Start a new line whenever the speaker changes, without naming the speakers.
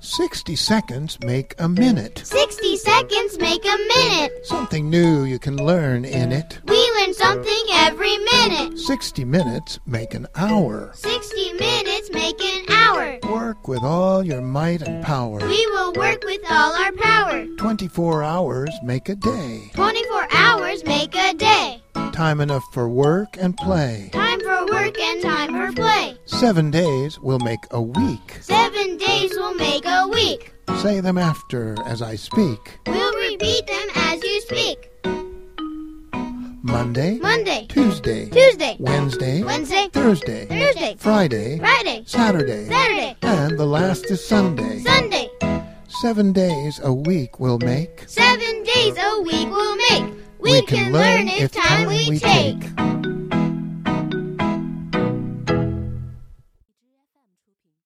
60 seconds make a minute.
60 seconds make a minute.
Something new you can learn in it.
We learn something every minute.
60 minutes make an hour.
60 minutes make an hour.
Work with all your might and power.
We will work with all our power.
24 hours make a day.
24 hours make a day.
Time enough for work and play.
Time for work and time for play.
Seven days will make a week.
Seven days will make a week.
Say them after as I speak.
We'll repeat them as you speak.
Monday,
Monday,
Tuesday,
Tuesday,
Wednesday,
Wednesday,
Thursday,
Thursday,
Friday,
Friday,
Saturday,
Saturday,
and the last is Sunday.
Sunday.
Seven days a week will make.
Seven days a week we'll make. We, can, learn if time we take.